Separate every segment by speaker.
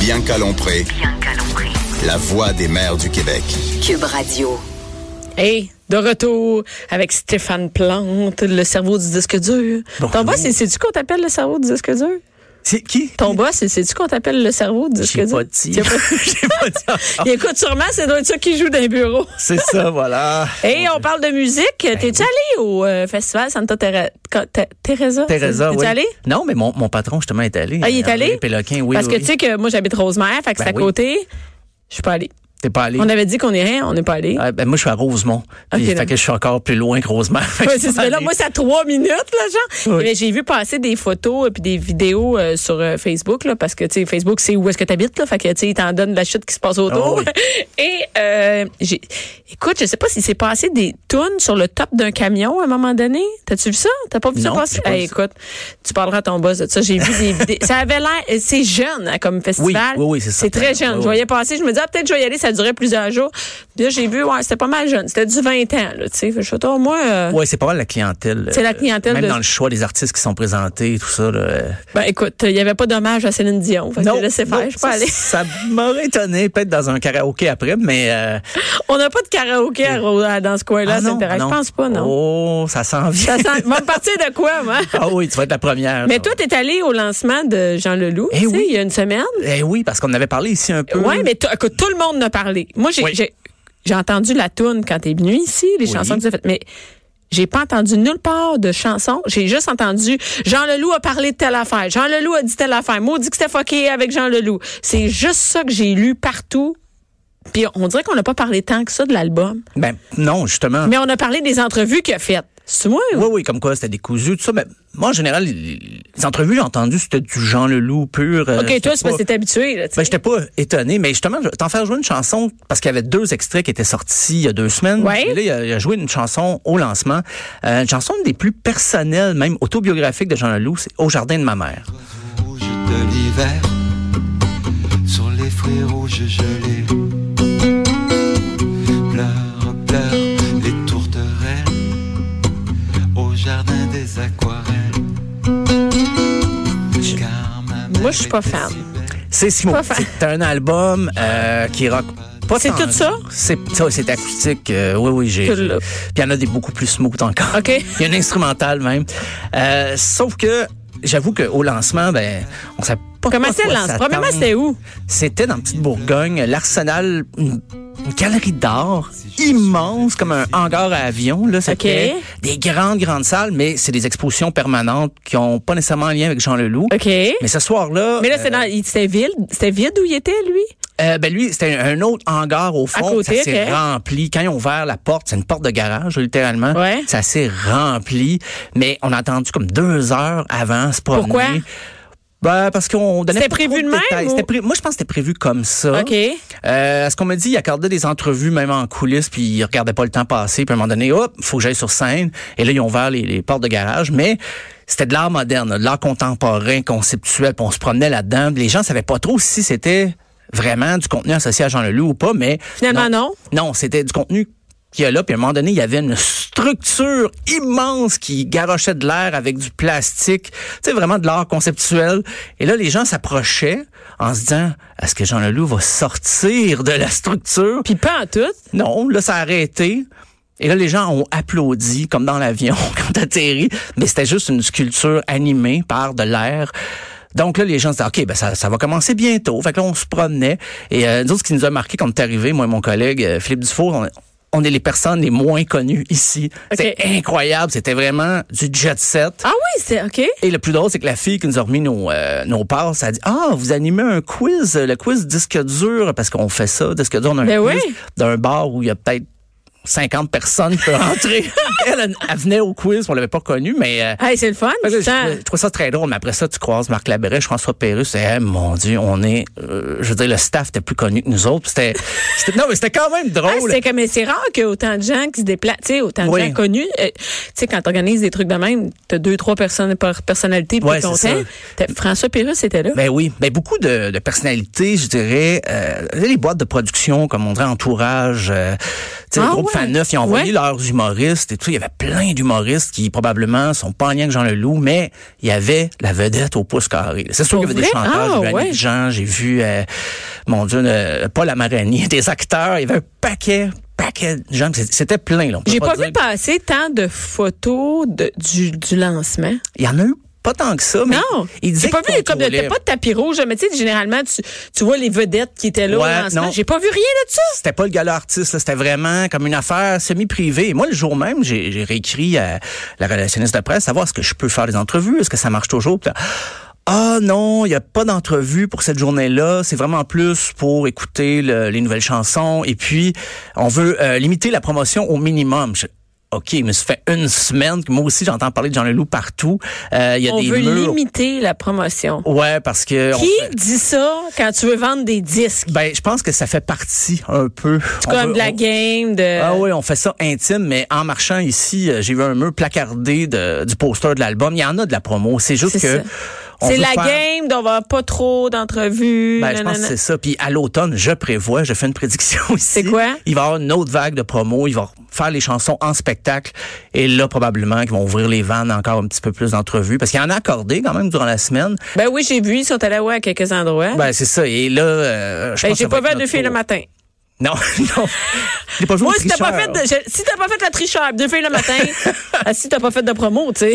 Speaker 1: Bien calompré, la voix des mères du Québec.
Speaker 2: Cube Radio.
Speaker 3: Hey, de retour avec Stéphane Plante, le cerveau du disque dur. Ton boss, c'est- c'est-tu qu'on t'appelle le cerveau du disque dur?
Speaker 4: C'est qui?
Speaker 3: Ton boss, c'est- c'est-tu qu'on t'appelle le cerveau du disque
Speaker 4: J'ai
Speaker 3: dur?
Speaker 4: pas dit.
Speaker 3: T'as pas-
Speaker 4: J'ai pas dit encore.
Speaker 3: Il écoute sûrement, c'est doit être ça qui joue dans les bureaux.
Speaker 4: C'est ça, voilà.
Speaker 3: Et on parle de musique.
Speaker 4: Ben
Speaker 3: T'es-tu allé au euh, festival Santa Teresa? Teresa?
Speaker 4: Teresa,
Speaker 3: T'es-tu
Speaker 4: oui.
Speaker 3: allé?
Speaker 4: Non, mais mon, mon patron, justement, est allé.
Speaker 3: Ah, il est allé?
Speaker 4: André Péloquin, oui.
Speaker 3: Parce que
Speaker 4: oui.
Speaker 3: tu sais que moi, j'habite Rosemère, fait que
Speaker 4: Ben
Speaker 3: c'est à
Speaker 4: oui.
Speaker 3: côté. Je suis pas allée.
Speaker 4: T'es pas allé.
Speaker 3: On avait dit qu'on irait, on n'est pas allé.
Speaker 4: Ah, ben, moi, je suis à Rosemont. Puis,
Speaker 3: Ok,
Speaker 4: fait
Speaker 3: donc.
Speaker 4: que je suis encore plus loin que Rosemont. Fait que
Speaker 3: Ouais,
Speaker 4: je
Speaker 3: c'est
Speaker 4: suis
Speaker 3: ça.
Speaker 4: pas
Speaker 3: Mais là,
Speaker 4: allé.
Speaker 3: moi, c'est à trois minutes, là, genre.
Speaker 4: Oui.
Speaker 3: Mais j'ai vu passer des photos et puis des vidéos euh, sur euh, Facebook, là, parce que, tu sais, Facebook, c'est où est-ce que tu habites, là. Fait que, tu sais, ils t'en donnent de la chute qui se passe autour.
Speaker 4: Oh,
Speaker 3: Et, euh, j'ai, écoute, je sais pas s'il s'est passé des tunes sur le top d'un camion à un moment donné. T'as-tu vu ça? T'as pas vu ça
Speaker 4: Non,
Speaker 3: passer?
Speaker 4: j'ai pas
Speaker 3: Eh,
Speaker 4: vu ça.
Speaker 3: écoute, tu parleras à ton boss de ça. J'ai vu des vidéos. Ça avait l'air, euh, c'est jeune, hein, comme festival.
Speaker 4: oui, oui, c'est
Speaker 3: C'est
Speaker 4: certain.
Speaker 3: très jeune.
Speaker 4: Oui, oui.
Speaker 3: Je voyais passer, je me disais, ah, peut-être je vais y aller, ça durait plusieurs jours. Puis là, j'ai vu, ouais, c'était pas mal jeune. C'était du 20 ans, là, tu sais. Fait que Je suis oh, moi, euh,
Speaker 4: Ouais, c'est pas mal la clientèle.
Speaker 3: C'est la
Speaker 4: euh,
Speaker 3: clientèle
Speaker 4: Même
Speaker 3: de-
Speaker 4: dans le choix des artistes qui sont présentés, tout ça. Là, euh,
Speaker 3: Ben écoute, il n'y avait pas d'hommage à Céline Dion. Fait que je laissais faire, je suis pas
Speaker 4: ça-
Speaker 3: allée.
Speaker 4: Ça m'aurait étonné, peut-être dans un karaoké après, mais. euh,
Speaker 3: On n'a pas de karaoké à Ro- à- dans ce coin-là,
Speaker 4: ah,
Speaker 3: c'est
Speaker 4: non,
Speaker 3: intéressant.
Speaker 4: non.
Speaker 3: Je pense pas, non.
Speaker 4: Oh, ça s'en vient.
Speaker 3: Ça sent- va me partir de quoi, moi?
Speaker 4: Ah oui, tu vas être la première.
Speaker 3: Mais
Speaker 4: ça.
Speaker 3: toi, t'es allé au lancement de Jean Leloup,
Speaker 4: Eh
Speaker 3: tu sais,
Speaker 4: oui.
Speaker 3: il y a une semaine.
Speaker 4: Eh oui, parce qu'on en avait parlé ici un peu.
Speaker 3: Ouais, mais t- écoute, tout le monde en a parlé. Moi, j'ai
Speaker 4: Euh, Oui.
Speaker 3: j'ai- j'ai entendu la toune quand t'es venu ici, les
Speaker 4: Oui.
Speaker 3: chansons que tu as faites, mais j'ai pas entendu nulle part de chansons. J'ai juste entendu Jean Leloup a parlé de telle affaire. Jean Leloup a dit telle affaire. Maudit que c'était fucké avec Jean Leloup. C'est juste ça que j'ai lu partout. Puis on dirait qu'on n'a pas parlé tant que ça de l'album.
Speaker 4: Ben, non, justement.
Speaker 3: Mais on a parlé des entrevues qu'il a faites. C'est moi? ou-
Speaker 4: Oui, oui, comme quoi c'était décousu, tout ça. Mais moi, en général, les les entrevues, j'ai entendu, c'était du Jean Leloup pur. euh,
Speaker 3: OK, toi, c'est
Speaker 4: c'était
Speaker 3: parce
Speaker 4: pas-
Speaker 3: que t'es habitué. Là, tu sais.
Speaker 4: Ben, j'étais pas étonné, mais justement, je- t'en faire jouer une chanson parce qu'il y avait deux extraits qui étaient sortis il y a deux semaines.
Speaker 3: Ouais.
Speaker 4: Et là, il a, il a joué une chanson au lancement, euh, une chanson des plus personnelles, même autobiographiques de Jean Leloup, c'est Au jardin de ma mère.
Speaker 5: rouge de l'hiver sur les fruits rouges gelés. Pleure, pleure les tourterelles au jardin des aquarelles. Car ma
Speaker 3: Moi, je suis
Speaker 5: mère
Speaker 3: pas
Speaker 5: était
Speaker 3: fan.
Speaker 5: si belle.
Speaker 4: C'est Simon.
Speaker 3: Pas fa-
Speaker 4: C'est un album euh, qui rock. pas
Speaker 3: C'est
Speaker 4: tant-
Speaker 3: tout ça?
Speaker 4: C'est ça, c'est acoustique. euh, oui, oui, j'ai.
Speaker 3: Tout
Speaker 4: j'ai-
Speaker 3: là.
Speaker 4: Puis il y en a des beaucoup plus smooth encore.
Speaker 3: OK.
Speaker 4: Il y a un instrumental même. Euh, sauf que j'avoue qu'au lancement, ben, on savait pas
Speaker 3: Comment
Speaker 4: à
Speaker 3: c'était le
Speaker 4: quoi
Speaker 3: lancement?
Speaker 4: s'attendre.
Speaker 3: Premièrement, c'était où?
Speaker 4: C'était dans Petite Bourgogne, l'Arsenal, une, une galerie d'art immense, comme un hangar à avion. Là, ça
Speaker 3: OK.
Speaker 4: fait des grandes, grandes salles, mais c'est des expositions permanentes qui ont pas nécessairement un lien avec Jean Leloup.
Speaker 3: OK. Mais
Speaker 4: Mais euh, ce soir-là,
Speaker 3: là, c'était dans- il- c'était vide. C'était vide où il était, lui?
Speaker 4: euh, ben lui, c'était un autre hangar au fond.
Speaker 3: À côté,
Speaker 4: ça s'est
Speaker 3: ok.
Speaker 4: rempli. Quand ils ont ouvert la porte, c'est une porte de garage, littéralement.
Speaker 3: Ouais.
Speaker 4: Ça s'est rempli. Mais on a attendu comme deux heures avant se promener.
Speaker 3: Pourquoi?
Speaker 4: Ben, parce qu'on donnait
Speaker 3: C'était
Speaker 4: pas
Speaker 3: prévu
Speaker 4: trop
Speaker 3: de même
Speaker 4: détails.
Speaker 3: ou-
Speaker 4: C'était pré- Moi, je pense que c'était prévu comme ça.
Speaker 3: OK.
Speaker 4: Euh, à ce qu'on me dit, il accordait des entrevues même en coulisses, puis il regardait pas le temps passer. Puis à un moment donné, hop, faut que j'aille sur scène. Et là, ils ont ouvert les, les portes de garage. Mais c'était de l'art moderne, de l'art contemporain, conceptuel. Puis on se promenait là-dedans. Les gens savaient pas trop si c'était vraiment du contenu associé à Jean Leloup ou pas, mais...
Speaker 3: Finalement, non.
Speaker 4: Non, c'était du contenu qu'il y a là. Puis à un moment donné, il y avait une structure immense qui garochait de l'air avec du plastique. Tu sais, vraiment de l'art conceptuel. Et là, les gens s'approchaient en se disant, est-ce que Jean Leloup va sortir de la structure?
Speaker 3: Puis pas en tout.
Speaker 4: Non, là, ça a arrêté. Et là, les gens ont applaudi, comme dans l'avion, quand t'atterris. Mais c'était juste une sculpture animée par de l'air. Donc là, les gens se disaient, OK, ben ça, ça va commencer bientôt. Fait que là, on se promenait. Et euh, nous autres, ce qui nous a marqué quand t'es arrivé, moi et mon collègue euh, Philippe Dufour, on, on est les personnes les moins connues ici.
Speaker 3: OK.
Speaker 4: C'était incroyable. C'était vraiment du jet set.
Speaker 3: Ah oui, c'est OK.
Speaker 4: Et le plus drôle, c'est que la fille qui nous a remis nos, euh, nos passes, elle a dit Ah, vous animez un quiz, le quiz disque dur, parce qu'on fait ça, disque dur, on a un
Speaker 3: Ben
Speaker 4: quiz
Speaker 3: oui.
Speaker 4: d'un bar où il y a peut-être 50 personnes qui peuvent entrer. elle, elle, elle venait au quiz, on l'avait pas connue, mais... euh,
Speaker 3: Hey, Ah, c'est le fun.
Speaker 4: fait que
Speaker 3: ça.
Speaker 4: je, je trouve ça très drôle, mais après ça, tu croises Marc Labrèche, François Pérusse, et hey, mon Dieu, on est... euh, je veux dire, le staff était plus connu que nous autres. puis C'était, c'était- non, mais c'était quand même
Speaker 3: Ah,
Speaker 4: drôle.
Speaker 3: c'est comme mais c'est rare qu'il y ait autant de gens qui se déplacent, tu sais, autant de
Speaker 4: Oui.
Speaker 3: gens connus. Euh, tu sais, quand t'organises des trucs de même, t'as deux, trois personnes par personnalité pour
Speaker 4: Ouais,
Speaker 3: ton
Speaker 4: c'est
Speaker 3: temps. T'as- François Pérusse était là.
Speaker 4: Ben oui, ben beaucoup de, de personnalités, je dirais. Euh, les boîtes de production, comme on dirait entourage, euh, tu sais,
Speaker 3: Ah
Speaker 4: le groupe
Speaker 3: ouais.
Speaker 4: Fan 9, ils ont envoyé
Speaker 3: Ouais.
Speaker 4: leurs humoristes et tout. Il y avait plein d'humoristes qui probablement sont pas en lien avec Jean Leloup, mais il y avait la vedette au pouce carré. C'est sûr
Speaker 3: Pour
Speaker 4: qu'il y avait des
Speaker 3: vrai?
Speaker 4: chanteurs,
Speaker 3: Ah,
Speaker 4: j'ai vu
Speaker 3: ouais.
Speaker 4: Annick Jean, j'ai vu euh, mon Dieu, euh, Paul Amarani, des acteurs, il y avait un paquet, paquet de gens. C'est- C'était plein là. On peut
Speaker 3: J'ai pas,
Speaker 4: dire-
Speaker 3: vu passer tant de photos de- du, du lancement.
Speaker 4: Il y en a eu pas tant que ça, mais
Speaker 3: Non,
Speaker 4: il disait
Speaker 3: j'ai pas
Speaker 4: qu'il
Speaker 3: vu les comme de,
Speaker 4: contrôlait.
Speaker 3: t'as pas de tapis rouge, mais tu sais, généralement tu, tu vois les vedettes qui étaient là. au
Speaker 4: Ouais,
Speaker 3: lancement.
Speaker 4: non.
Speaker 3: J'ai pas vu rien de ça.
Speaker 4: c'était pas le gala artiste, là, c'était vraiment comme une affaire semi-privée. Et Moi, le jour même, j'ai j'ai réécrit à la relationniste de presse, savoir est-ce que je peux faire des entrevues, est-ce que ça marche toujours. Puis là, ah non, il n'y a pas d'entrevue pour cette journée-là. C'est vraiment plus pour écouter le- les nouvelles chansons. Et puis, on veut euh, limiter la promotion au minimum. Je- OK, mais ça fait une semaine que moi aussi, j'entends parler de Jean Leloup partout. Euh, Il y a
Speaker 3: On
Speaker 4: des
Speaker 3: veut
Speaker 4: murs.
Speaker 3: limiter la promotion.
Speaker 4: Ouais, parce que... on
Speaker 3: Qui
Speaker 4: fait-
Speaker 3: dit ça quand tu veux vendre des disques?
Speaker 4: Ben, je pense que ça fait partie un peu. On
Speaker 3: Comme
Speaker 4: veut-
Speaker 3: de la
Speaker 4: on-
Speaker 3: game, de.
Speaker 4: Ah oui, on fait ça intime, mais en marchant ici, euh, j'ai vu un mur placardé de- du poster de l'album. Il y en a de la promo. C'est juste
Speaker 3: C'est
Speaker 4: que.
Speaker 3: ça.
Speaker 4: on
Speaker 3: C'est
Speaker 4: veut
Speaker 3: la
Speaker 4: faire-
Speaker 3: game d'on va pas trop d'entrevues.
Speaker 4: Ben, je pense que
Speaker 3: nanana.
Speaker 4: c'est ça. Puis à l'automne, je prévois, je fais une prédiction ici.
Speaker 3: C'est quoi?
Speaker 4: Il va y avoir une autre vague de promos. Ils vont faire les chansons en spectacle. Et là, probablement, qu'ils vont ouvrir les vannes encore un petit peu plus d'entrevues. Parce qu'il y en a accordé quand même durant la semaine.
Speaker 3: Ben oui, j'ai vu, ils sont allés à ouais, à quelques endroits. Ben,
Speaker 4: Ben, c'est ça. Et là, euh, je pense que
Speaker 3: j'ai
Speaker 4: ça va
Speaker 3: pas
Speaker 4: être
Speaker 3: vu à deux
Speaker 4: notre
Speaker 3: filles le
Speaker 4: tour.
Speaker 3: matin.
Speaker 4: Non, non. J'ai pas vu
Speaker 3: Moi,
Speaker 4: au
Speaker 3: si t'as pas fait
Speaker 4: tricheur.
Speaker 3: de, je- si t'as pas fait la tricheur, deux filles le matin, ah, si t'as pas fait de promo, tu sais.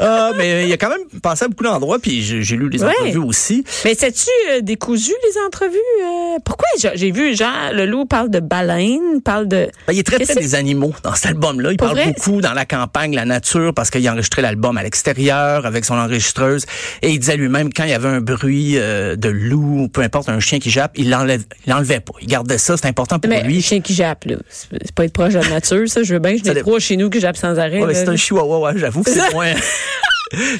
Speaker 4: Ah, mais il y a quand même passé à beaucoup d'endroits, puis j'ai j'ai lu les
Speaker 3: Ouais.
Speaker 4: entrevues aussi.
Speaker 3: Mais sais-tu euh, décousu, les entrevues? euh, pourquoi? j'ai- J'ai vu, Jean Leloup parle de baleines, parle de...
Speaker 4: Ben, il est très
Speaker 3: Qu'est-ce
Speaker 4: près
Speaker 3: que-
Speaker 4: des animaux dans cet album-là. Il
Speaker 3: Pour
Speaker 4: parle
Speaker 3: vrai?
Speaker 4: beaucoup dans la campagne, la nature, parce qu'il a enregistré l'album à l'extérieur avec son enregistreuse. Et il disait lui-même quand il y avait un bruit euh, de loup, ou peu importe, un chien qui jappe, il l'enlève, il l'enlevait pas. Il gardait ça, c'est important pour
Speaker 3: Mais
Speaker 4: lui.
Speaker 3: chien qui jappe, là. C'est c'est pas être proche de la nature, ça. Je veux bien, je
Speaker 4: Ça
Speaker 3: n'ai
Speaker 4: dépend.
Speaker 3: trois chez nous que jappe sans arrêt.
Speaker 4: Ouais, ben,
Speaker 3: là.
Speaker 4: c'est un chihuahua, ouais, j'avoue. que C'est moins,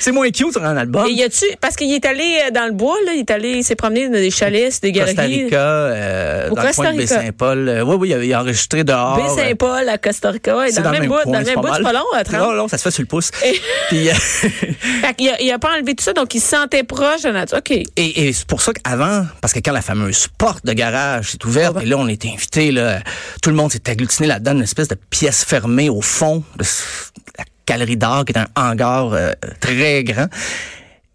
Speaker 4: c'est moins cute sur un album.
Speaker 3: Et y a-tu... Parce qu'il est allé euh, dans le bois, là. Il est allé, il s'est promené dans des chalets, c'est des galeries.
Speaker 4: Costa Rica, euh,
Speaker 3: Au
Speaker 4: dans le
Speaker 3: Costa
Speaker 4: coin de
Speaker 3: Rica.
Speaker 4: Baie-Saint-Paul. Euh, oui, oui, il a, il a enregistré dehors. euh,
Speaker 3: Baie Saint-Paul à Costa Rica. Ouais,
Speaker 4: ah, C'est
Speaker 3: dans, le même bout,
Speaker 4: coin,
Speaker 3: dans le même
Speaker 4: pas
Speaker 3: bout, c'est
Speaker 4: mal. Oh,
Speaker 3: pas long à 30.
Speaker 4: Non, non, ça se fait sur le pouce. Puis, euh,
Speaker 3: Fait qu'il a, il a pas enlevé tout ça, donc il se sentait proche de la nature. OK.
Speaker 4: Et, et c'est pour ça qu'avant, parce que quand la fameuse porte de garage s'est ouverte,
Speaker 3: Ah
Speaker 4: et là, on était invités, là, tout le monde s'est agglutiné là-dedans, une espèce de pièce fermée au fond de s- la galerie d'art, qui est un hangar euh, très grand.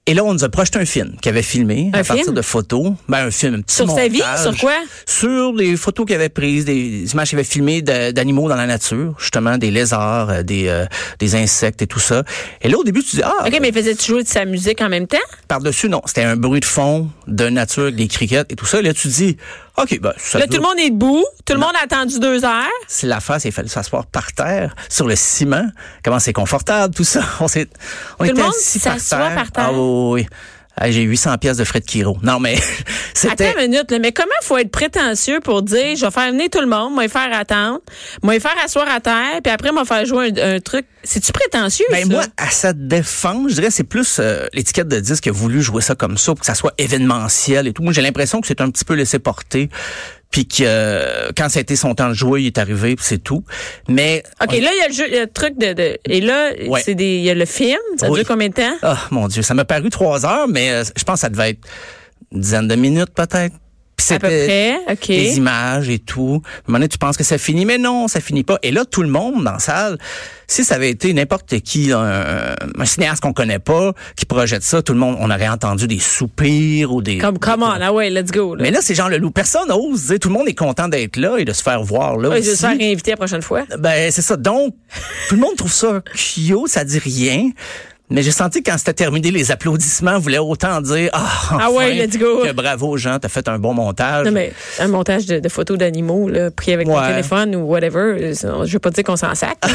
Speaker 4: Et là, on nous a projeté un film qu'il avait filmé
Speaker 3: Un
Speaker 4: à partir
Speaker 3: film?
Speaker 4: de photos. Ben, un film, un petit
Speaker 3: Sur sa vie?
Speaker 4: montage.
Speaker 3: Sur quoi?
Speaker 4: Sur des photos qu'il avait prises, des images qu'il avait filmées de- d'animaux dans la nature, justement, des lézards, euh, des, euh, des insectes et tout ça. Et là, au début, tu dis, ah,
Speaker 3: OK, mais faisais-tu jouer de sa musique en même temps?
Speaker 4: par-dessus, non. C'était un bruit de fond, de nature, avec des criquettes et tout ça. Et là, tu dis, OK, ben, ça
Speaker 3: Là,
Speaker 4: doit-
Speaker 3: tout le monde est debout. Tout le monde a attendu deux heures.
Speaker 4: si la face, il fallait s'asseoir par terre, sur le ciment. Comment c'est confortable, tout ça. On s'est, on
Speaker 3: Tout le
Speaker 4: était
Speaker 3: monde
Speaker 4: assis par
Speaker 3: s'assoit
Speaker 4: terre.
Speaker 3: par terre.
Speaker 4: Ah oui, oui. Ah, j'ai 800 pièces de frais de Kiro. Non, mais c'était...
Speaker 3: Attends une minute, là, mais comment faut être prétentieux pour dire je vais faire venir tout le monde, moi les faire attendre, moi les faire asseoir à terre, puis après moi faire jouer un, un truc. C'est-tu prétentieux?
Speaker 4: Ben
Speaker 3: ça?
Speaker 4: moi, à sa défense, je dirais c'est plus euh, l'étiquette de disque qui a voulu jouer ça comme ça pour que ça soit événementiel et tout. Moi, j'ai l'impression que c'est un petit peu laissé porter. Puis que euh, quand ça a été son temps de jouer, il est arrivé, puis c'est tout. Mais
Speaker 3: OK, là, il y a le, jeu- il y a le truc de, de- Et là,
Speaker 4: Ouais.
Speaker 3: c'est des. Il y a le film. Ça
Speaker 4: Oui.
Speaker 3: dure combien de temps?
Speaker 4: Ah, mon Dieu, ça m'a paru trois heures, mais euh, je pense que ça devait être une dizaine de minutes peut-être. Puis
Speaker 3: À peu
Speaker 4: c'était
Speaker 3: près. OK.
Speaker 4: Des images et tout. À un moment donné, tu penses que ça finit, mais non, ça finit pas. Et là, tout le monde dans la salle, si ça avait été n'importe qui, là, un, un cinéaste qu'on connaît pas, qui projette ça, tout le monde, on aurait entendu des soupirs ou des...
Speaker 3: Comme, come on, ah ouais, let's go. Là.
Speaker 4: Mais là, c'est Jean Leloup. Personne n'ose dire, tout le monde est content d'être là et de se faire voir là
Speaker 3: Ouais, je vais
Speaker 4: aussi.
Speaker 3: se faire réinviter la prochaine fois.
Speaker 4: Ben, c'est ça. Donc, tout le monde trouve ça cute, ça dit rien. Mais j'ai senti que quand c'était terminé, les applaudissements voulaient autant dire Ah,
Speaker 3: Ah
Speaker 4: enfin,
Speaker 3: ouais, let's go.
Speaker 4: que bravo, Jean, t'as fait un bon montage.
Speaker 3: Non, mais un montage de, de photos d'animaux là, pris avec mon
Speaker 4: Ah, Ouais.
Speaker 3: téléphone ou whatever, euh, je veux pas dire qu'on s'en sac, mais.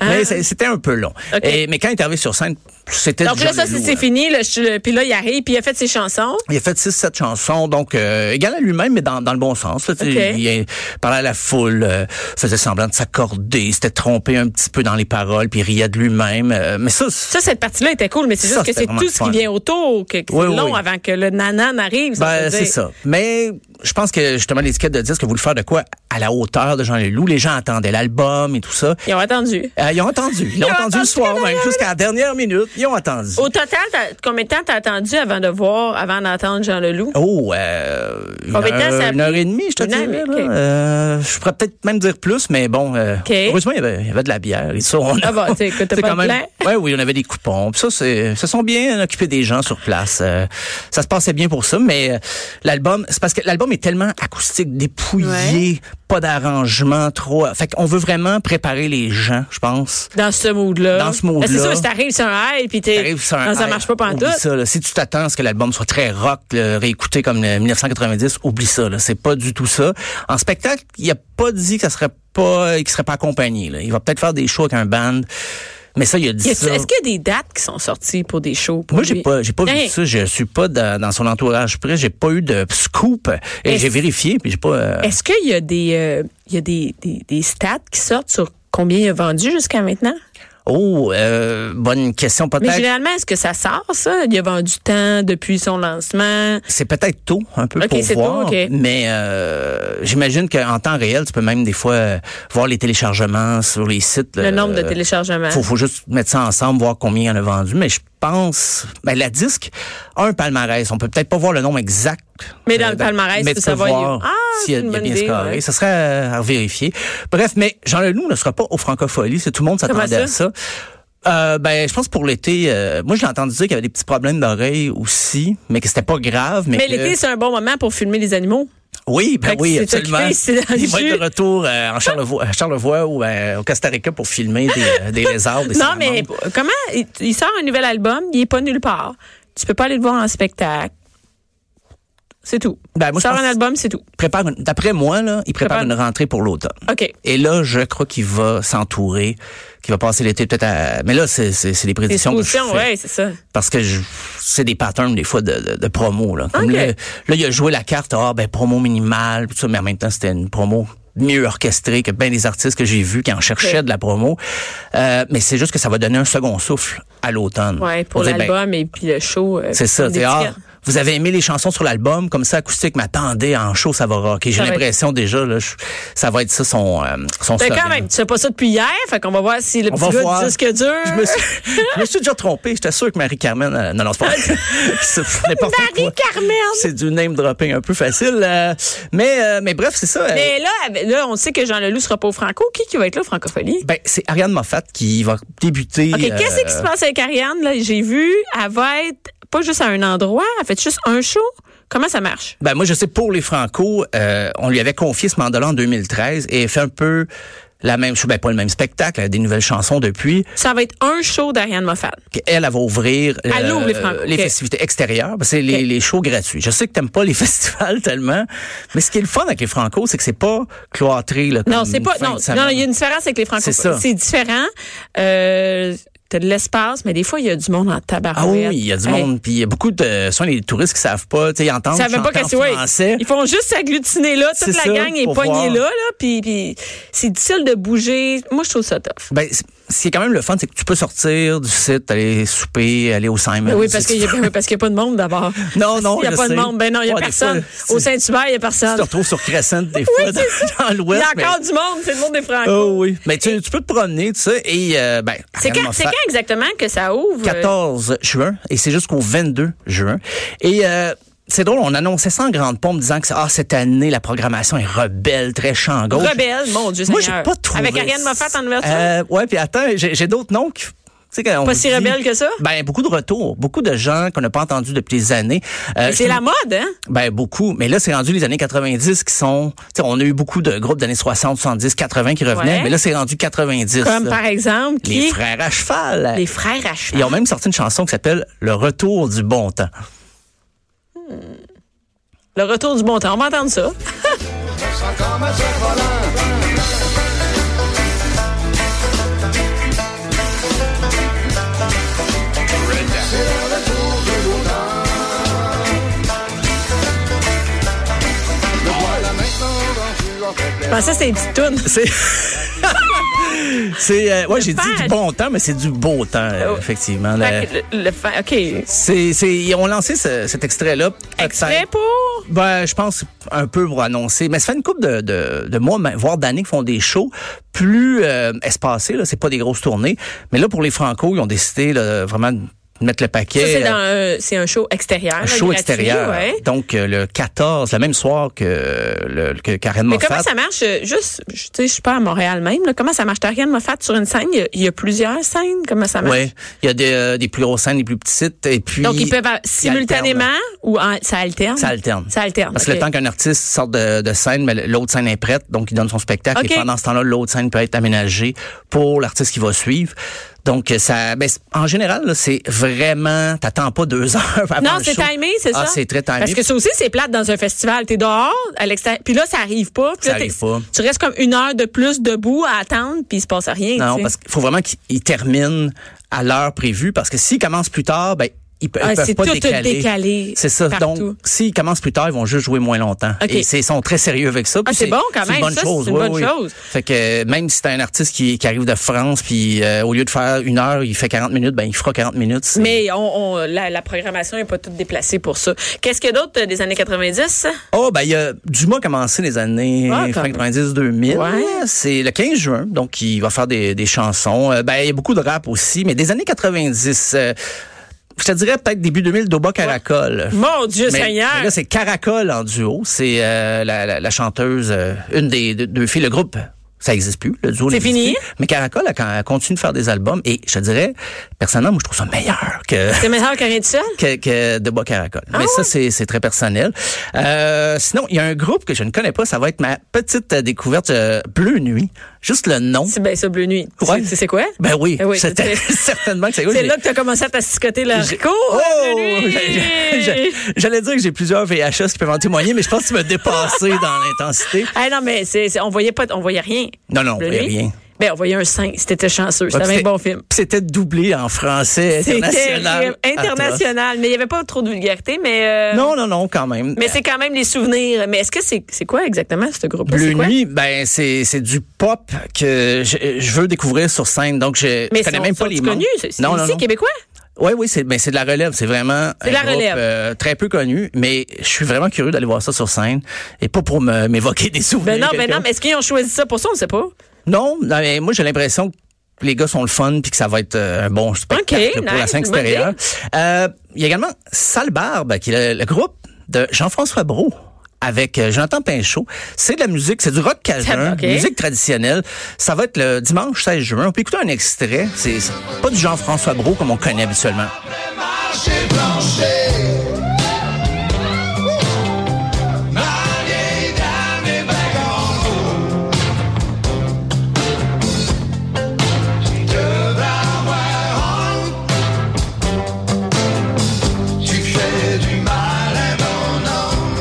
Speaker 4: Mais
Speaker 3: hein?
Speaker 4: c'est- c'était un peu long.
Speaker 3: OK.
Speaker 4: Et- mais quand il est arrivé sur scène, c'était
Speaker 3: Donc
Speaker 4: déjà
Speaker 3: là, ça,
Speaker 4: le
Speaker 3: c'est
Speaker 4: loup,
Speaker 3: c'est
Speaker 4: hein.
Speaker 3: fini. là, je- le- puis là, il arrive, puis il a fait ses chansons.
Speaker 4: Il a fait 6-7 chansons, donc euh, égal à lui-même, mais dans, dans le bon sens. là. Tu sais,
Speaker 3: OK.
Speaker 4: Il, euh, parlait à la foule, euh, faisait semblant de s'accorder, s'était trompé un petit peu dans les paroles, puis il riait de lui-même. euh, mais ça,
Speaker 3: Ça, cette partie-là était cool, mais c'est
Speaker 4: Ça,
Speaker 3: juste que
Speaker 4: c'était
Speaker 3: c'est
Speaker 4: vraiment
Speaker 3: tout ce
Speaker 4: fun.
Speaker 3: qui vient autour, que, que
Speaker 4: Oui,
Speaker 3: c'est
Speaker 4: oui,
Speaker 3: long
Speaker 4: oui.
Speaker 3: avant que le nanan arrive. si on peut
Speaker 4: Ben, c'est
Speaker 3: dire.
Speaker 4: ça. Mais je pense que justement, l'étiquette de disque a voulu faire de quoi à la hauteur de Jean Leloup. Les gens attendaient l'album et tout ça.
Speaker 3: Ils ont attendu.
Speaker 4: Euh, ils ont attendu. Ils
Speaker 3: Ils
Speaker 4: l'ont
Speaker 3: ont
Speaker 4: attendu le
Speaker 3: attendu
Speaker 4: soir
Speaker 3: jusqu'à la
Speaker 4: même, jusqu'à la dernière minute. Ils ont attendu.
Speaker 3: Au total, t'as- combien de temps t'as attendu avant de voir, avant d'entendre Jean Leloup?
Speaker 4: Oh, euh, une,
Speaker 3: Combien de temps ça a
Speaker 4: heure, une heure
Speaker 3: pris?
Speaker 4: et demie, je te
Speaker 3: Une heure,
Speaker 4: dirais.
Speaker 3: ok.
Speaker 4: là. Euh, je pourrais peut-être même dire plus, mais bon, euh,
Speaker 3: Ok.
Speaker 4: heureusement, il y, avait, il y avait de la bière. Et ça, on a,
Speaker 3: Ah bah, tu sais, que t'as
Speaker 4: c'est
Speaker 3: pas
Speaker 4: quand
Speaker 3: de
Speaker 4: même-
Speaker 3: plan.
Speaker 4: Ouais, oui, on avait des coupons. Puis ça, c'est, se sont bien occupés des gens sur place. Euh, ça se passait bien pour ça, mais euh, l'album, c'est parce que l'album est tellement acoustique, dépouillé, pas d'arrangement, trop. Fait qu'on veut vraiment préparer les gens, je pense.
Speaker 3: Dans ce mood-là.
Speaker 4: Dans ce mood-là.
Speaker 3: Ben, C'est sûr, si t'arrives sur un high, puis t'es.
Speaker 4: T'arrives sur un
Speaker 3: non, ça
Speaker 4: hype,
Speaker 3: marche pas
Speaker 4: oublie
Speaker 3: pantoute.
Speaker 4: ça, là. Si tu t'attends à ce que l'album soit très rock, là, réécouté comme le 1990, oublie ça. là. C'est pas du tout ça. En spectacle, il a pas dit que ça serait pas, qu'il serait pas accompagné. là. Il va peut-être faire des shows avec un band, mais ça, il a dit
Speaker 3: Y a-tu-
Speaker 4: ça.
Speaker 3: Est-ce qu'il y a des dates qui sont sorties pour des shows? Pour
Speaker 4: Moi, j'ai
Speaker 3: lui?
Speaker 4: pas, j'ai pas vu
Speaker 3: Rien.
Speaker 4: ça. Je suis pas dans, dans son entourage près. J'ai pas eu de scoop. Et
Speaker 3: Est-ce- Eh.
Speaker 4: j'ai vérifié, puis j'ai pas. euh,
Speaker 3: Est-ce qu'il y a des, euh, il y a des, des, des stats qui sortent sur combien il a vendu jusqu'à maintenant?
Speaker 4: oh, euh, bonne question
Speaker 3: Mais
Speaker 4: peut-être.
Speaker 3: généralement, est-ce que ça sort, ça? Il a vendu tant depuis son lancement.
Speaker 4: C'est peut-être tôt un peu
Speaker 3: Ok, c'est
Speaker 4: pour
Speaker 3: tôt,
Speaker 4: voir,
Speaker 3: ok.
Speaker 4: mais euh, j'imagine qu'en temps réel, tu peux même des fois euh, voir les téléchargements sur les sites.
Speaker 3: Le
Speaker 4: euh,
Speaker 3: nombre de téléchargements.
Speaker 4: Faut, faut juste mettre ça ensemble, voir combien il en a vendu. Mais je pense, ben, la disque a un palmarès. On peut peut-être pas voir le nombre exact.
Speaker 3: Mais dans
Speaker 4: euh,
Speaker 3: le palmarès,
Speaker 4: mais
Speaker 3: tu
Speaker 4: tu
Speaker 3: peux
Speaker 4: peux
Speaker 3: savoir-
Speaker 4: voir
Speaker 3: Ah,
Speaker 4: s'il y a,
Speaker 3: c'est une
Speaker 4: il y a
Speaker 3: bonne
Speaker 4: bien
Speaker 3: idée,
Speaker 4: scoré.
Speaker 3: ouais.
Speaker 4: Ça serait euh, à vérifier. Bref, mais Jean Leloup ne sera pas au Francofolie. C'est tout le monde
Speaker 3: Comment
Speaker 4: s'attendait à
Speaker 3: ça?
Speaker 4: ça. Euh, ben, je pense pour l'été, euh, moi j'ai entendu dire qu'il y avait des petits problèmes d'oreilles aussi, mais que c'était pas grave. Mais,
Speaker 3: Mais
Speaker 4: que-
Speaker 3: l'été, c'est un bon moment pour filmer les animaux.
Speaker 4: oui, ben
Speaker 3: Fait que
Speaker 4: oui,
Speaker 3: c'est
Speaker 4: absolument.
Speaker 3: occupé, c'est dans le
Speaker 4: Il va
Speaker 3: jus.
Speaker 4: être de retour euh, en Charlevoix, à Charlevoix ou euh, au Costa Rica pour filmer des, des lézards. Des
Speaker 3: non, mais
Speaker 4: salamandres.
Speaker 3: comment? Il, il sort un nouvel album, il est pas nulle part. Tu peux pas aller le voir en spectacle. C'est tout.
Speaker 4: Ben, moi, je
Speaker 3: sort
Speaker 4: pense-
Speaker 3: un album, c'est tout.
Speaker 4: prépare, une- d'après moi, là, il prépare,
Speaker 3: Prépare-
Speaker 4: une rentrée pour l'automne.
Speaker 3: OK.
Speaker 4: Et là, je crois qu'il va s'entourer, qu'il va passer l'été peut-être à... Mais là, c'est, c'est, c'est des
Speaker 3: Les
Speaker 4: prédictions que je
Speaker 3: expositions,
Speaker 4: fais.
Speaker 3: ouais, c'est ça.
Speaker 4: Parce que je- c'est des patterns, des fois, de, de, de promo. Là. Comme
Speaker 3: Ok.
Speaker 4: là, là, il a joué la carte, ah, ben, promo minimale, tout ça, mais en même temps, c'était une promo mieux orchestrée que bien des artistes que j'ai vus qui en cherchaient
Speaker 3: Ok.
Speaker 4: de la promo. Euh, mais c'est juste que ça va donner un second souffle à l'automne.
Speaker 3: Ouais, pour
Speaker 4: dire, ben,
Speaker 3: l'album et puis le show. euh,
Speaker 4: c'est ça.
Speaker 3: une
Speaker 4: t'sais, ah,
Speaker 3: étiquette.
Speaker 4: vous avez aimé les chansons sur l'album, comme ça acoustique, mais attendez, en show, ça va rocker. J'ai
Speaker 3: Ça va être-
Speaker 4: l'impression déjà, là, je- ça va être ça son, euh, son
Speaker 3: Fait
Speaker 4: slogan.
Speaker 3: quand même, tu fais pas ça depuis hier, fait qu'on va voir si le
Speaker 4: On
Speaker 3: petit
Speaker 4: va
Speaker 3: gars
Speaker 4: voir.
Speaker 3: du disque dur.
Speaker 4: Je me, suis, je me suis déjà trompé. J'étais sûr que Marie-Carmen... euh, non, non, c'est pas vrai. C'est n'importe quoi.
Speaker 3: Marie-Carmen!
Speaker 4: C'est du name dropping un peu facile. euh, mais, euh, mais bref, c'est ça. euh,
Speaker 3: Mais là, avec- là, on sait que Jean Leloup sera pas au Franco. Qui qui va être là au Francophonie?
Speaker 4: ben, c'est Ariane Moffat qui va débuter.
Speaker 3: OK,
Speaker 4: euh,
Speaker 3: qu'est-ce qui se passe avec Ariane? Là? J'ai vu, elle va être pas juste à un endroit, elle fait juste un show. Comment ça marche?
Speaker 4: Ben moi, je sais pour les Franco, euh, on lui avait confié ce mandat-là en 2013 et elle fait un peu la même chose, ben pas le même spectacle, elle a des nouvelles chansons depuis.
Speaker 3: Ça va être un show d'Ariane Moffat.
Speaker 4: Puis Elle, elle va ouvrir euh,
Speaker 3: Elle ouvre les Franco, ok.
Speaker 4: festivités extérieures, parce que c'est les,
Speaker 3: Ok.
Speaker 4: les shows gratuits. Je sais que t'aimes pas les festivals tellement, mais ce qui est le fun avec les Franco, c'est que c'est pas cloîtré. Là,
Speaker 3: Non,
Speaker 4: comme
Speaker 3: c'est
Speaker 4: une
Speaker 3: pas.
Speaker 4: fin
Speaker 3: Non,
Speaker 4: de
Speaker 3: non,
Speaker 4: semaine.
Speaker 3: il y a une différence avec les Franco.
Speaker 4: C'est ça.
Speaker 3: différent. Euh, T'as de l'espace, mais des fois, il y a du monde en tabarouette.
Speaker 4: Ah oui, il y a du
Speaker 3: Hey,
Speaker 4: monde, puis il y a beaucoup de souvent les touristes qui savent pas, tu sais, ils entendent
Speaker 3: Ils savent même pas
Speaker 4: chanter
Speaker 3: qu'est-ce
Speaker 4: en
Speaker 3: ouais,
Speaker 4: français.
Speaker 3: Ils font juste s'agglutiner là, toute la
Speaker 4: C'est ça,
Speaker 3: gang est
Speaker 4: pour
Speaker 3: poignée là,
Speaker 4: voir.
Speaker 3: là puis, puis c'est difficile de bouger. Moi, je trouve ça tough.
Speaker 4: Ben, c- ce qui est quand même le fun, c'est que tu peux sortir du site, aller souper, aller au Simon.
Speaker 3: Oui, parce qu'il n'y a, oui, parce qu'il y a pas de monde d'abord.
Speaker 4: Ben, Non, non,
Speaker 3: Il n'y a
Speaker 4: je
Speaker 3: pas de
Speaker 4: sais.
Speaker 3: monde. Ben non, il n'y a
Speaker 4: Ouais, des
Speaker 3: personne.
Speaker 4: fois,
Speaker 3: Au
Speaker 4: c'est-
Speaker 3: Saint-Hubert, il n'y a
Speaker 4: Tu te
Speaker 3: personne.
Speaker 4: retrouves sur Crescent des fois dans- dans,
Speaker 3: Il y
Speaker 4: l'Ouest.
Speaker 3: a
Speaker 4: mais-
Speaker 3: encore du monde. C'est le monde des Franco.
Speaker 4: Oh oui. Mais tu, tu peux te promener, tu sais, et euh, ben.
Speaker 3: C'est
Speaker 4: Ariane
Speaker 3: quand, c'est
Speaker 4: Moffat,
Speaker 3: quand exactement que ça ouvre?
Speaker 4: 14 juin et c'est jusqu'au 22 juin. Et euh, c'est drôle, on annonçait ça en grande pompe disant que ah, cette année, la programmation est rebelle, très champ gauche.
Speaker 3: Rebelle, mon Dieu
Speaker 4: Moi, j'ai
Speaker 3: Seigneur.
Speaker 4: pas trouvé.
Speaker 3: Avec Ariane Moffat en ouverture?
Speaker 4: Euh, ouais, puis attends, j'ai j'ai d'autres noms qui sais, quand on
Speaker 3: Pas si
Speaker 4: dit-
Speaker 3: rebelle que ça?
Speaker 4: Ben, beaucoup de retours. Beaucoup de gens qu'on n'a pas entendus depuis des années. Euh,
Speaker 3: Mais
Speaker 4: je
Speaker 3: C'est
Speaker 4: trouve-
Speaker 3: la mode, hein?
Speaker 4: Ben, beaucoup. Mais là, c'est rendu les années 90 qui sont, tu sais, on a eu beaucoup de groupes d'années 60, 70, 80 qui revenaient.
Speaker 3: Ouais.
Speaker 4: Mais là, c'est rendu 90.
Speaker 3: Comme
Speaker 4: là.
Speaker 3: par exemple, qui?
Speaker 4: Les frères à cheval.
Speaker 3: Les frères à cheval.
Speaker 4: Ils ont même sorti une chanson qui s'appelle Le retour du bon temps.
Speaker 3: Le retour du bon temps. On va entendre ça. Je pensais que c'était Ah, une petite toune.
Speaker 4: C'est. c'est. euh, ouais, j'ai dit
Speaker 3: page.
Speaker 4: du bon temps, mais c'est du beau temps, euh,
Speaker 3: Oh.
Speaker 4: effectivement. Le-
Speaker 3: Fait que Le, le fa- OK.
Speaker 4: C'est, c'est, ils ont lancé ce- cet extrait-là.
Speaker 3: Extrait
Speaker 4: peut-être.
Speaker 3: pour...
Speaker 4: Ben, je pense un peu pour annoncer. Mais ça fait une couple de, de, de mois, mais- voire d'années, qu'ils font des shows plus euh, espacés. Là, c'est pas des grosses tournées. Mais là, pour les Franco, ils ont décidé là, vraiment de mettre le paquet.
Speaker 3: Ça, c'est
Speaker 4: euh,
Speaker 3: dans un- c'est un, show extérieur.
Speaker 4: un
Speaker 3: là,
Speaker 4: show
Speaker 3: gratuit,
Speaker 4: extérieur.
Speaker 3: ouais.
Speaker 4: Donc, euh, le 14, le même soir que, euh, le, que Karen
Speaker 3: Mais
Speaker 4: Moffat.
Speaker 3: comment ça marche? euh, Juste, je- tu sais, je suis pas à Montréal même. là. Comment ça marche? T'as rien de me faire sur une scène? Il y a- il y, a plusieurs scènes? Comment ça marche?
Speaker 4: Oui, Ah il y a des, euh, des plus grosses scènes, des plus petites, et puis...
Speaker 3: Donc, ils peuvent euh, simultanément
Speaker 4: alternent.
Speaker 3: ou en- ça alterne?
Speaker 4: Ça alterne.
Speaker 3: Ça alterne.
Speaker 4: Parce que
Speaker 3: ok.
Speaker 4: le temps qu'un artiste sorte de, de scène, mais l'autre scène est prête, donc il donne son spectacle.
Speaker 3: OK.
Speaker 4: Et pendant ce temps-là, l'autre scène peut être aménagée pour l'artiste qui va suivre. Donc, euh, ça, ben, c'est- en général, là, c'est vraiment, t'attends pas deux heures avant
Speaker 3: Non,
Speaker 4: le
Speaker 3: c'est
Speaker 4: show.
Speaker 3: timé, c'est ça?
Speaker 4: Ah, c'est très timé.
Speaker 3: Parce que ça aussi, c'est plate dans un festival. T'es dehors, à l'extérieur, puis là, ça arrive pas. Puis
Speaker 4: Ça
Speaker 3: là, t'es-
Speaker 4: arrive pas.
Speaker 3: Tu restes comme une heure de plus debout à attendre, puis il se passe rien.
Speaker 4: Non,
Speaker 3: tu sais.
Speaker 4: parce qu'il faut vraiment qu'ils terminent à l'heure prévue, parce que s'ils commencent plus tard, ben, ils, pe-
Speaker 3: Ah,
Speaker 4: ils peuvent
Speaker 3: c'est
Speaker 4: pas
Speaker 3: tout
Speaker 4: décaler.
Speaker 3: décalé
Speaker 4: C'est ça.
Speaker 3: partout.
Speaker 4: Donc, s'ils commencent plus tard, ils vont juste jouer moins longtemps.
Speaker 3: OK. Ah,
Speaker 4: Et c'est- ils sont très sérieux avec ça. puis
Speaker 3: c'est bon quand
Speaker 4: c'est
Speaker 3: même.
Speaker 4: Une bonne
Speaker 3: Ça,
Speaker 4: chose.
Speaker 3: c'est une
Speaker 4: oui,
Speaker 3: bonne
Speaker 4: oui.
Speaker 3: chose.
Speaker 4: Fait que euh, même si t'as un artiste qui, qui arrive de France, puis euh, au lieu de faire une heure, il fait 40 minutes, ben il fera 40 minutes. C'est-
Speaker 3: Mais on, on- la, la programmation n'est pas toute déplacée pour ça. Qu'est-ce qu'il y a d'autre euh, des années 90?
Speaker 4: Oh, ben, il y a Dumas a commencé les années
Speaker 3: Ah, quand
Speaker 4: fin
Speaker 3: même.
Speaker 4: 90 2000.
Speaker 3: Ouais.
Speaker 4: C'est le 15 juin, donc il va faire des, des chansons. Euh, ben, il y a beaucoup de rap aussi, mais des années 90. euh, je te dirais peut-être début 2000, Doba Caracol.
Speaker 3: Mon Dieu
Speaker 4: Mais-
Speaker 3: Seigneur!
Speaker 4: mais là, c'est Caracol en duo. C'est euh, la, la- la chanteuse, euh, une des deux, deux filles, le groupe. Ça n'existe plus, le duo.
Speaker 3: C'est
Speaker 4: n'existe
Speaker 3: fini?
Speaker 4: plus. Mais Caracol elle, elle continue de faire des albums et je te dirais, personnellement, moi, je trouve ça meilleur que
Speaker 3: C'est meilleur que rien de seul?
Speaker 4: que, que de bois caracol.
Speaker 3: Ah
Speaker 4: Mais ça, c'est- c'est très personnel. Euh, sinon, il y a un groupe que je ne connais pas. Ça va être ma petite euh, découverte euh, Bleu Nuit. Juste le nom.
Speaker 3: C'est bien ça, Bleu Nuit. Tu-
Speaker 4: Ouais.
Speaker 3: Tu sais c'est quoi?
Speaker 4: Ben oui,
Speaker 3: Eh oui,
Speaker 4: c'était
Speaker 3: c'est-
Speaker 4: certainement que c'est Ben
Speaker 3: C'est
Speaker 4: j'ai-
Speaker 3: là que tu as commencé à t'asticoter le
Speaker 4: j'ai-
Speaker 3: haricot.
Speaker 4: Oh!
Speaker 3: Bleu Nuit!
Speaker 4: J'ai- j'ai- j'ai- J'allais dire que j'ai plusieurs VHS qui peuvent en témoigner, mais je pense que tu m'as dépassé dans l'intensité.
Speaker 3: Ah non, mais c'est, c'est- on voyait pas, on voyait rien.
Speaker 4: Non, non, on
Speaker 3: Bleu
Speaker 4: voyait
Speaker 3: Nuit.
Speaker 4: rien.
Speaker 3: Ben, on voyait un 5. C'était chanceux. C'était
Speaker 4: Ouais,
Speaker 3: un bon film.
Speaker 4: Puis C'était doublé en français
Speaker 3: C'était
Speaker 4: international. atroce.
Speaker 3: international. Mais il n'y avait pas trop de vulgarité, mais. euh,
Speaker 4: Non, non, non, quand même.
Speaker 3: Mais c'est quand même les souvenirs. Mais est-ce que c'est, c'est quoi exactement, ce groupe-là?
Speaker 4: Bleu
Speaker 3: C'est quoi?
Speaker 4: Nuit, ben c'est c'est du pop que je, je veux découvrir sur scène. Donc je,
Speaker 3: Mais
Speaker 4: je connais
Speaker 3: sont-
Speaker 4: même pas
Speaker 3: sont-ils
Speaker 4: les membres.
Speaker 3: connus. C'est, c'est ici, québécois?
Speaker 4: Oui, oui, c'est ben, c'est de la relève. C'est vraiment
Speaker 3: C'est
Speaker 4: un
Speaker 3: de la
Speaker 4: groupe,
Speaker 3: relève.
Speaker 4: euh, très peu connu, mais je suis vraiment curieux d'aller voir ça sur scène et pas pour me- m'évoquer des souvenirs.
Speaker 3: Ben non, ben
Speaker 4: quelconques.
Speaker 3: non, mais est-ce qu'ils ont choisi ça pour ça? On ne sait pas.
Speaker 4: Non, non, mais moi j'ai l'impression que les gars sont le fun puis que ça va être euh, un bon spectacle
Speaker 3: Ok,
Speaker 4: là, pour la
Speaker 3: nice,
Speaker 4: scène
Speaker 3: bonne idée.
Speaker 4: extérieure. Euh, Il y a également Sale Barbe qui est le, le groupe de Jean-François Brault avec euh, Jonathan Pinchot. C'est de la musique, c'est du rock cajun,
Speaker 3: Ok.
Speaker 4: musique traditionnelle. Ça va être le dimanche 16 juin. On peut écouter un extrait. C'est c'est pas du Jean-François Brault comme on connaît habituellement.
Speaker 2: Marché plancher. Ma vieille dame est vagabond. Tu devras voir en- Tu fais du mal à mon âme.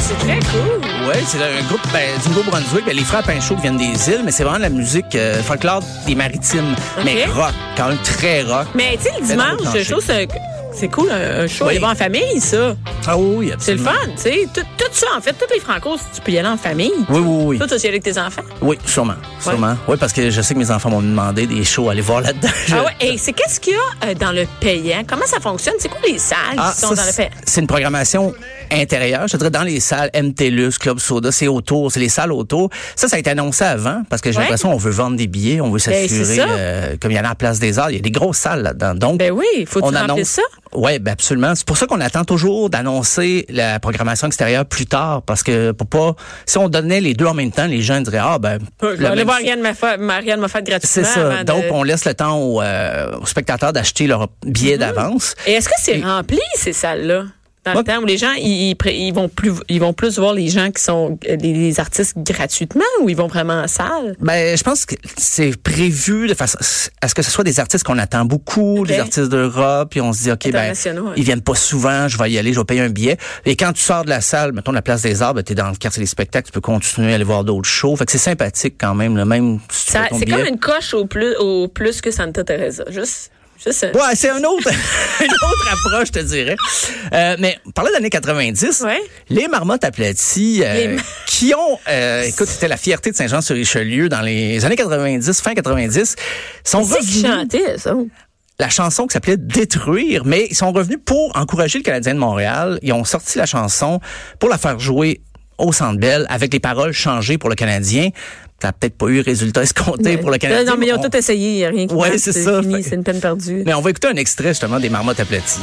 Speaker 3: C'est très cool.
Speaker 4: Oui, c'est un groupe ben, du Nouveau-Brunswick. Ben, les frères Pinchot viennent des îles, mais c'est vraiment de la musique euh, folklore des maritimes, mais
Speaker 3: Ok.
Speaker 4: rock, quand même très rock.
Speaker 3: Mais tu sais, le
Speaker 4: Mais dans le
Speaker 3: dimanche, je trouve que c'est cool, un, un show,
Speaker 4: Oui.
Speaker 3: aller voir en famille, ça.
Speaker 4: Ah oui, absolument.
Speaker 3: C'est le fun, tu sais. Tout, tout ça, en fait, tous les francos, tu peux y aller en famille.
Speaker 4: Oui, oui, oui.
Speaker 3: Toi, tu vas y aller avec tes enfants.
Speaker 4: Oui, sûrement. Sûrement. Oui, parce que je sais que mes enfants m'ont demandé des shows à aller voir là-dedans. Je-
Speaker 3: Ah ouais, et c'est qu'est-ce qu'il y a euh, dans le payant? Comment ça fonctionne? C'est quoi les salles
Speaker 4: Ah,
Speaker 3: qui sont
Speaker 4: ça,
Speaker 3: dans le
Speaker 4: c'est-
Speaker 3: payant?
Speaker 4: c'est une programmation intérieure, je te dirais dans les salles MTLUS, Club Soda, c'est autour, c'est les salles autour. Ça, ça a été annoncé avant parce que j'ai
Speaker 3: Ouais.
Speaker 4: l'impression on veut vendre des billets, on veut
Speaker 3: Ben, c'est
Speaker 4: s'assurer,
Speaker 3: ça.
Speaker 4: euh, comme il y en a à la place des arts, il y a des grosses salles là-dedans. Donc,
Speaker 3: Ben oui, faut-tu
Speaker 4: on
Speaker 3: remplir
Speaker 4: annonce,
Speaker 3: ça?
Speaker 4: Oui, ben absolument. C'est pour ça qu'on attend toujours d'annoncer la programmation extérieure plus tard, parce que pour pas, si on donnait les deux en même temps, les gens diraient ah ben.
Speaker 3: Euh,
Speaker 4: le
Speaker 3: On va
Speaker 4: même-
Speaker 3: voir Ariane Moffat, Marianne Moffat gratuitement.
Speaker 4: C'est ça.
Speaker 3: avant
Speaker 4: Donc
Speaker 3: de-
Speaker 4: on laisse le temps aux, euh, aux spectateurs d'acheter leur billet d'avance.
Speaker 3: Mm-hmm. Et est-ce que c'est rempli ces salles-là? Dans
Speaker 4: Moi-
Speaker 3: le temps où les gens ils, ils pré- ils vont plus ils vont plus voir les gens qui sont euh, les, les artistes gratuitement ou ils vont vraiment en salle.
Speaker 4: Ben, je pense que c'est prévu de façon à ce que ce soit des artistes qu'on attend beaucoup,
Speaker 3: Ok.
Speaker 4: des artistes d'Europe, puis on se dit ok ben
Speaker 3: Internationaux, ouais.
Speaker 4: ils viennent pas souvent, je vais y aller, je vais payer un billet. Et quand tu sors de la salle, mettons la place des Arts, ben, t'es dans le quartier des spectacles, tu peux continuer à aller voir d'autres shows. Fait que c'est sympathique quand même, là, même si tu
Speaker 3: Ça-
Speaker 4: fais ton
Speaker 3: C'est
Speaker 4: billet.
Speaker 3: comme une coche au plus au plus que Santa Teresa. Juste juste euh, un-
Speaker 4: Ouais, c'est un autre, une autre approche, je te dirais. Euh, mais parlant des années 90,
Speaker 3: Ouais.
Speaker 4: les marmottes aplaties, euh,
Speaker 3: Les mar-
Speaker 4: qui ont, euh, écoute, c'était la fierté de Saint-Jean-sur-Richelieu dans les années 90, fin 90, sont
Speaker 3: C'est qui
Speaker 4: revenus
Speaker 3: chantait ça.
Speaker 4: la chanson qui s'appelait Détruire, mais ils sont revenus pour encourager le Canadien de Montréal. Ils ont sorti la chanson pour la faire jouer au Centre Bell avec les paroles changées pour le Canadien. T'as peut-être pas eu le résultat escompté pour le Canadien.
Speaker 3: Non mais ils ont
Speaker 4: on-
Speaker 3: tout essayé, il y a rien qui
Speaker 4: Ouais,
Speaker 3: marche,
Speaker 4: c'est ça.
Speaker 3: fini,
Speaker 4: Fait-
Speaker 3: C'est une peine perdue.
Speaker 4: mais on va écouter un extrait justement des marmottes aplaties.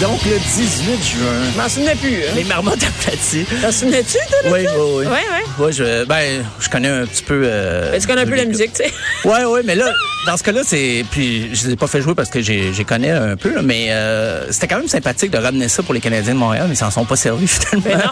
Speaker 4: Donc le 18
Speaker 3: Je
Speaker 4: juin,
Speaker 3: m'en souvenais plus. Hein?
Speaker 4: les marmottes aplaties.
Speaker 3: T'en souvenais-tu toi de
Speaker 4: Oui, oui,
Speaker 3: ça?
Speaker 4: oui.
Speaker 3: Ouais, ouais.
Speaker 4: Ouais, je, ben, je connais un petit peu. euh,
Speaker 3: Est-ce qu'on a un peu la
Speaker 4: les-
Speaker 3: musique, tu sais?
Speaker 4: Ouais, ouais, mais là, dans ce cas-là, c'est. Puis, je les ai pas fait jouer parce que j'ai- j'y connais un peu, là, mais euh, c'était quand même sympathique de ramener ça pour les Canadiens de Montréal, mais ils s'en sont pas servis finalement.
Speaker 3: Mais non.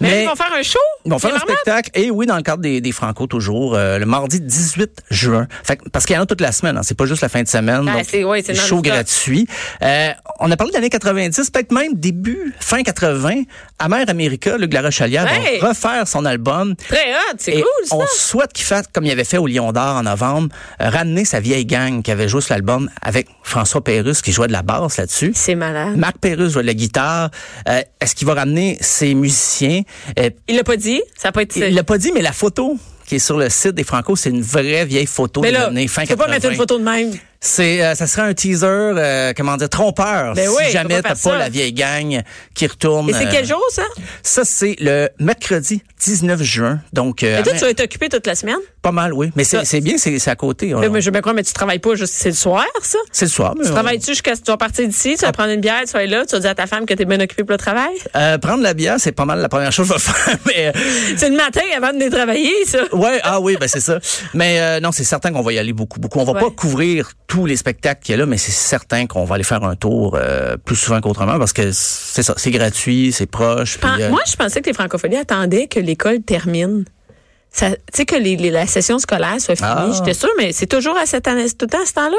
Speaker 3: Mais,
Speaker 4: Mais
Speaker 3: ils vont faire un show.
Speaker 4: ils vont faire
Speaker 3: les
Speaker 4: un
Speaker 3: Marmottes.
Speaker 4: spectacle, et oui, dans le cadre des, des Franco toujours, euh, le mardi 18 juin. Fait, que- parce qu'il y en a toute la semaine, hein, c'est pas juste la fin de semaine.
Speaker 3: Ah,
Speaker 4: donc,
Speaker 3: c'est- ouais, c'est
Speaker 4: des shows
Speaker 3: non-stop.
Speaker 4: gratuits. Euh, on a parlé de l'année 90, peut-être même début, fin 80, Amère America, Luc Larochalière
Speaker 3: Ouais.
Speaker 4: va refaire son album.
Speaker 3: Très hot, c'est
Speaker 4: Et
Speaker 3: cool ça.
Speaker 4: on souhaite qu'il fasse comme il avait fait au Lion d'Or en novembre, euh, ramener sa vieille gang qui avait joué sur l'album avec François Pérus qui jouait de la basse là-dessus.
Speaker 3: C'est malade.
Speaker 4: Marc Pérus jouait de la guitare. Euh, Est-ce qu'il va ramener ses musiciens? Euh,
Speaker 3: Il l'a pas dit, ça a pas été
Speaker 4: il l'a pas dit, mais la photo qui est sur le site des Franco, c'est une vraie vieille photo
Speaker 3: Mais
Speaker 4: des
Speaker 3: Ben là,
Speaker 4: années fin
Speaker 3: tu peux pas
Speaker 4: 80.
Speaker 3: mettre une photo de même.
Speaker 4: C'est, euh, ça serait un teaser, euh, comment dire, trompeur.
Speaker 3: Ben
Speaker 4: si
Speaker 3: oui,
Speaker 4: jamais
Speaker 3: faut pas
Speaker 4: t'as
Speaker 3: faire
Speaker 4: pas
Speaker 3: ça.
Speaker 4: la vieille gang qui retourne.
Speaker 3: Et c'est
Speaker 4: euh,
Speaker 3: quel jour ça
Speaker 4: Ça, c'est le mercredi 19 juin. Donc, euh,
Speaker 3: Et toi,
Speaker 4: mais-
Speaker 3: tu vas être occupé toute la semaine.
Speaker 4: pas mal, oui. Mais c'est
Speaker 3: Ça-
Speaker 4: c'est bien, c'est c'est à côté. On-
Speaker 3: Là, mais je me crois, mais tu travailles pas juste c'est le soir ça.
Speaker 4: C'est le soir. mais
Speaker 3: Tu
Speaker 4: on-
Speaker 3: travailles-tu jusqu'à ce que tu vas partir d'ici,
Speaker 4: Ah.
Speaker 3: tu vas prendre une bière, tu vas aller là, tu vas dire à ta femme que t'es bien occupé pour le travail.
Speaker 4: Euh, prendre la bière, c'est pas mal la première chose que je vais faire. Mais euh,
Speaker 3: C'est le matin avant de venir travailler, ça.
Speaker 4: ouais, ah oui, ben c'est ça. Mais euh, non, c'est certain qu'on va y aller beaucoup, beaucoup. On va
Speaker 3: Ouais.
Speaker 4: pas couvrir tous les spectacles qu'il y a là, mais c'est certain qu'on va aller faire un tour euh, plus souvent qu'autrement parce que c'est ça, c'est gratuit, c'est proche. puis,
Speaker 3: Pen-
Speaker 4: euh,
Speaker 3: Ah, Moi, je pensais que les francophonies attendaient que l'école termine. Ça- Tu sais, que les- les- la session scolaire soit finie,
Speaker 4: Ah.
Speaker 3: j'étais sûre, mais c'est toujours à cette année, tout le temps à ce temps-là.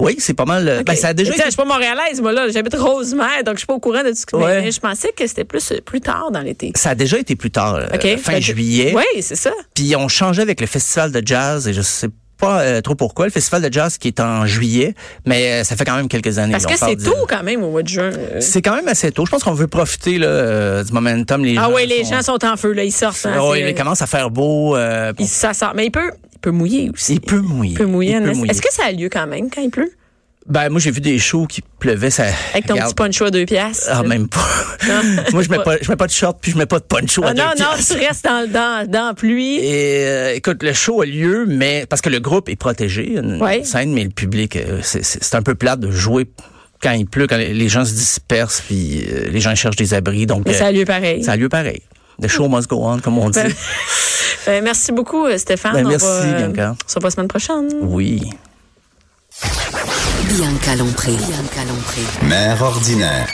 Speaker 4: oui, c'est pas mal. euh, ben,
Speaker 3: Ok.
Speaker 4: ça a déjà
Speaker 3: Tu sais,
Speaker 4: été
Speaker 3: Je suis pas montréalaise, moi, là. J'habite Rosemère, donc je suis pas au courant de tout ce que... mais-
Speaker 4: Ouais.
Speaker 3: mais je pensais que c'était plus, euh, plus tard dans l'été.
Speaker 4: ça a déjà été plus tard, euh,
Speaker 3: OK? Ben,
Speaker 4: fin
Speaker 3: Fait que-
Speaker 4: juillet.
Speaker 3: Oui, c'est ça.
Speaker 4: Puis on changeait avec le festival de jazz et je sais pas euh, trop pourquoi le festival de jazz qui est en juillet, mais euh, ça fait quand même quelques années.
Speaker 3: Parce
Speaker 4: là,
Speaker 3: que
Speaker 4: on parle
Speaker 3: c'est
Speaker 4: de-
Speaker 3: tôt quand même au mois de juin. Euh,
Speaker 4: C'est quand même assez tôt. Je pense qu'on veut profiter là, euh, du momentum. Les
Speaker 3: Ah
Speaker 4: gens
Speaker 3: oui, les
Speaker 4: sont-
Speaker 3: gens sont en feu, là. Ils sortent. hein,
Speaker 4: Ah oui,
Speaker 3: c'est-
Speaker 4: il commence à faire beau. euh,
Speaker 3: ils- ça sort. Mais il peut, il peut mouiller aussi.
Speaker 4: il peut mouiller.
Speaker 3: Il peut mouiller.
Speaker 4: Il peut
Speaker 3: hein.
Speaker 4: mouiller.
Speaker 3: Est-ce que ça a lieu quand même quand il pleut?
Speaker 4: Ben, moi, j'ai vu des shows qui pleuvaient. Ça...
Speaker 3: Avec ton
Speaker 4: Regarde.
Speaker 3: petit poncho à deux piastres.
Speaker 4: Ah, même pas.
Speaker 3: Non.
Speaker 4: moi, je mets pas, je mets pas de short puis je mets pas de poncho
Speaker 3: Ah
Speaker 4: à deux
Speaker 3: non, non,
Speaker 4: piastres.
Speaker 3: tu restes dans, dans, dans la pluie.
Speaker 4: Et euh, écoute, le show a lieu, mais parce que le groupe est protégé, une
Speaker 3: Ouais.
Speaker 4: scène, mais le public, euh, c'est- c'est c'est un peu plate de jouer quand il pleut, quand les- les gens se dispersent, puis euh, les gens cherchent des abris. Donc,
Speaker 3: Mais ça
Speaker 4: euh,
Speaker 3: a lieu pareil.
Speaker 4: ça a lieu pareil. The show must go on, comme on dit.
Speaker 3: Ben, Euh, merci beaucoup, euh, Stéphane.
Speaker 4: Ben,
Speaker 3: On
Speaker 4: merci,
Speaker 3: va, euh,
Speaker 4: Bianca.
Speaker 3: On se revoit la semaine prochaine.
Speaker 4: Oui.
Speaker 6: Bianca Lompré. Bianca Lompré.
Speaker 1: mère ordinaire.